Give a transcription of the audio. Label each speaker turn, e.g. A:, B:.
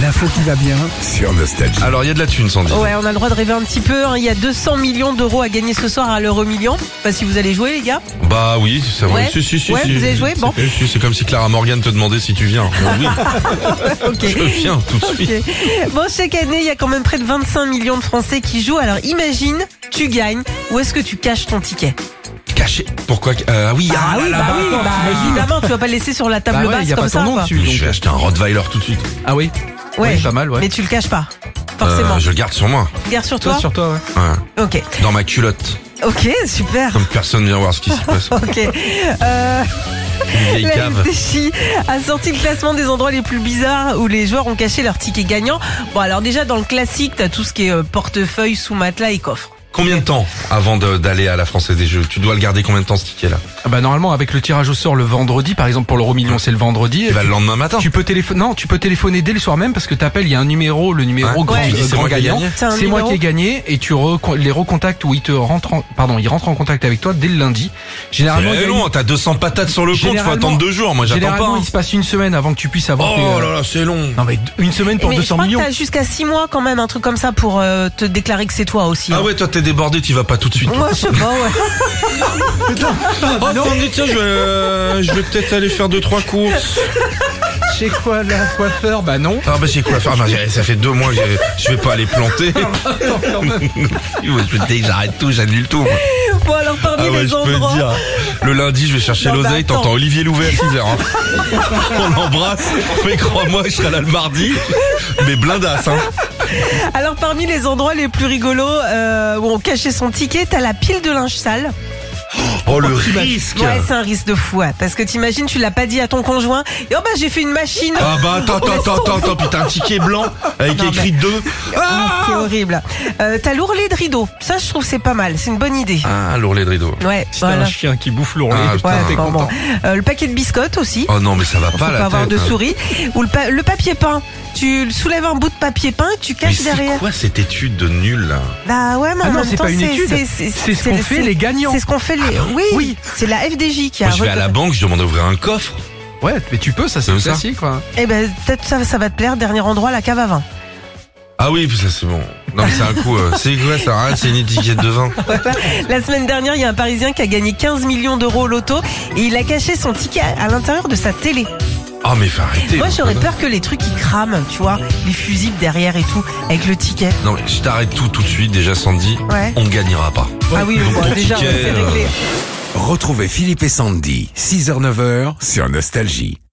A: L'info qui va bien sur Nostalgie.
B: Alors, il y a de la thune, Sandy.
C: Ouais, on a le droit de rêver un petit peu. hein. Il y a 200 millions d'euros à gagner ce soir à l'euro million. Pas si vous allez jouer, les gars.
B: Bah oui, c'est vrai.
C: Ouais.
B: Si, si, si,
C: Ouais,
B: si.
C: vous avez joué, bon.
B: C'est- si, C'est comme si Clara Morgan te demandait si tu viens.
C: Ah
B: Euh, oui,
C: Ok.
B: je viens tout de suite.
C: Ok. Bon, chaque année, il y a quand même près de 25 millions de Français qui jouent. Alors, imagine, tu gagnes. Où est-ce que tu caches ton ticket
B: Caché. Pourquoi que- euh, Ah oui, ah, là, là,
C: bah oui, bah évidemment, tu vas pas le laisser sur la table
D: Bah ouais,
C: basse
D: y a
C: comme
D: pas
C: ça.
D: ton nom
C: quoi.
D: dessus.
B: Je vais acheter un Rottweiler tout de suite.
D: Ah oui
C: Ouais.
D: Oui, pas mal, ouais.
C: Mais tu le caches pas.
B: Euh,
C: Forcément.
B: je le garde sur moi.
C: Garde sur
D: Toi,
C: toi.
D: sur toi, ouais.
B: Ouais.
C: Ok.
B: Dans ma culotte.
C: Ok, super.
B: Comme personne vient voir ce qui se passe.
C: Ok. Euh,
B: Une vieille
C: La
B: cave.
C: FDJ a sorti le classement des endroits les plus bizarres où les joueurs ont caché leurs tickets gagnants. Bon, alors déjà, dans le classique, t'as tout ce qui est euh, portefeuille, sous-matelas et coffre.
B: Combien de temps avant de- d'aller à la Française des Jeux Tu dois le garder combien de temps ce ticket-là
D: Ah Bah normalement avec le tirage au sort le vendredi, par exemple pour l'euro million c'est le vendredi.
B: Tu vas le lendemain matin.
D: Tu peux téléphoner, non, tu peux téléphoner dès le soir même parce que t'appelles, il y a un numéro, le numéro
B: Ouais.
D: grand, euh,
B: Tu dis, c'est
D: grand
B: moi qui ai
D: gagnant.
B: gagné.
C: C'est un
D: C'est moi
C: numéro.
D: qui ai gagné et tu reco- les recontactes ou ils te rentrent, en, pardon, ils rentrent en contact avec toi dès le lundi. Généralement, il y
B: Eh
D: a
B: non,
D: une-
B: t'as 200 patates sur le compte, faut
D: Généralement-
B: attendre deux jours. Moi, j'attends pas.
D: généralement
B: hein.
D: il se passe une semaine avant que euh, Ah, tu puisses avoir.
B: Oh
D: tes,
B: là là, c'est long.
D: non mais une semaine pour
C: Eh, Mais je
D: 200
C: crois
D: millions.
C: que t'as jusqu'à 6 mois quand même, un truc comme ça pour euh, te déclarer que c'est Ah, toi aussi.
B: Ah
C: hein.
B: ouais, toi t'es débordé, tu vas pas tout de suite.
C: Moi, je sais pas, ouais.
B: Oh, Sandy, tiens, je vais, euh, je vais peut-être aller faire deux trois courses.
D: Chez quoi la coiffeur Bah non.
B: Ah bah j'ai quoi faire Ah, bah, j'ai- Ça fait deux mois, que j'ai- je vais pas aller planter. je dès que j'arrête tout, j'annule tout. moi.
C: Bon, alors parmi
B: Ah ouais,
C: les
B: je peux le
C: endroits.
B: dire. Le lundi, je vais chercher
C: Non, mais
B: l'oseille.
C: attends.
B: T'entends Olivier Louvet à 6h. hein. On l'embrasse. Mais crois-moi, je serai là le mardi. Mais blindasse. Hein.
C: Alors parmi les endroits les plus rigolos euh, où on cachait son ticket, t'as la pile de linge sale.
B: Oh le risque.
C: Ouais, c'est un risque de fou, ouais. parce que t'imagines, tu l'as pas dit à ton conjoint. Et oh bah j'ai fait une machine.
B: Ah bah attends,
C: Ouais,
B: attends, attends, attends, putain, un ticket blanc avec
C: Non,
B: écrit 2.
C: Ah, c'est horrible. Euh, t'as l'ourlet de rideau. Ça, je trouve c'est pas mal. C'est une bonne idée.
B: Ah, lourlet de rideau.
C: Ouais,
D: Si t'as
C: voilà.
D: un chien qui bouffe l'ourlet,
B: Ah,
D: putain,
C: Ouais,
B: t'es
C: bon,
D: content.
C: bon. Euh, le paquet de biscottes aussi.
B: Oh non, mais ça va
C: Faut
B: pas
C: pas
B: la
C: avoir
B: tête. hein.
D: hein.
C: de souris. Ou le, pa- le papier peint. Tu le soulèves un bout de papier peint, tu
B: Mais
C: caches
B: c'est
C: derrière.
B: quoi cette étude de nul là
C: Bah ouais, mais en
D: Ah non,
C: même
D: c'est
C: temps,
D: pas une étude. C'est ce
C: c'est-
D: qu'on fait
C: c'est-
D: les gagnants. Ah,
C: C'est ce qu'on fait les. Oui,
D: Oui.
C: c'est la FDJ qui a.
B: Moi, je vais à la banque, je demande d'ouvrir un coffre.
D: Ouais, mais tu peux, ça c'est
B: Comme
D: le
B: ça.
D: classique quoi.
C: Eh ben peut-être ça, ça va te plaire. Dernier endroit, la cave à vin.
B: Ah oui, puis ça c'est bon. Non, mais c'est un coup. euh, c'est quoi ça hein, C'est une étiquette de vin.
C: La semaine dernière, il y a un Parisien qui a gagné 15 millions d'euros au loto et il a caché son ticket à à l'intérieur de sa télé.
B: Oh, mais faut arrêter.
C: Moi,
B: mon
C: j'aurais
B: connard.
C: peur que les trucs ils crament, tu vois, les fusibles derrière et tout, avec le ticket.
B: Non, mais je t'arrête tout tout de suite. Déjà, Sandy,
C: Ouais.
B: on gagnera pas.
C: ah oui,
B: donc
C: bon,
B: ton
C: déjà,
B: ticket,
C: c'est
B: euh,
C: réglé.
A: Retrouvez Philippe et Sandy, 6h-9h sur Nostalgie.